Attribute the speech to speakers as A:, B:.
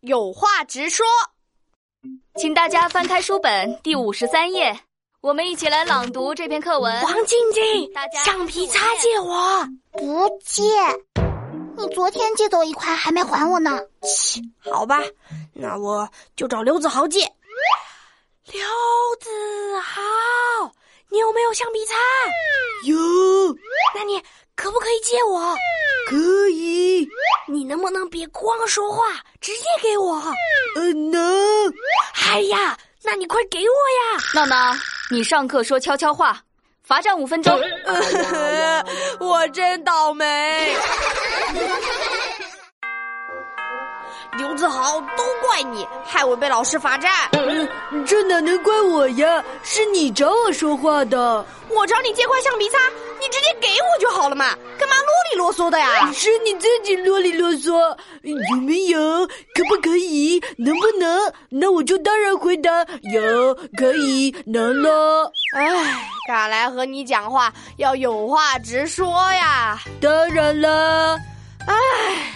A: 有话直说。
B: 请大家翻开书本第五十三页，我们一起来朗读这篇课文。
C: 王静静
B: 大家，
C: 橡皮擦借我，
D: 不借，你昨天借走一块还没还我呢。
C: 好吧，那我就找刘子豪借。刘子豪，你有没有橡皮擦？
E: 有，
C: 那你可不可以借我？
E: 可以，
C: 你能不能别光说话，直接给我？
E: 呃，能，
C: 哎呀，那你快给我呀！
B: 闹闹，你上课说悄悄话，罚站五分钟。
C: 我真倒霉。 刘子豪，都怪你，害我被老师罚站。
E: 这哪哎能怪我呀？是你找我说话的，
C: 我找你借块橡皮擦，你直接给我就好了嘛，干嘛啰里啰嗦的呀？
E: 是你自己啰里啰嗦。有没有？可不可以？能不能？那我就当然回答有，可以，能了。
C: 唉，赶来和你讲话要有话直说呀。
E: 当然啦。
C: 唉。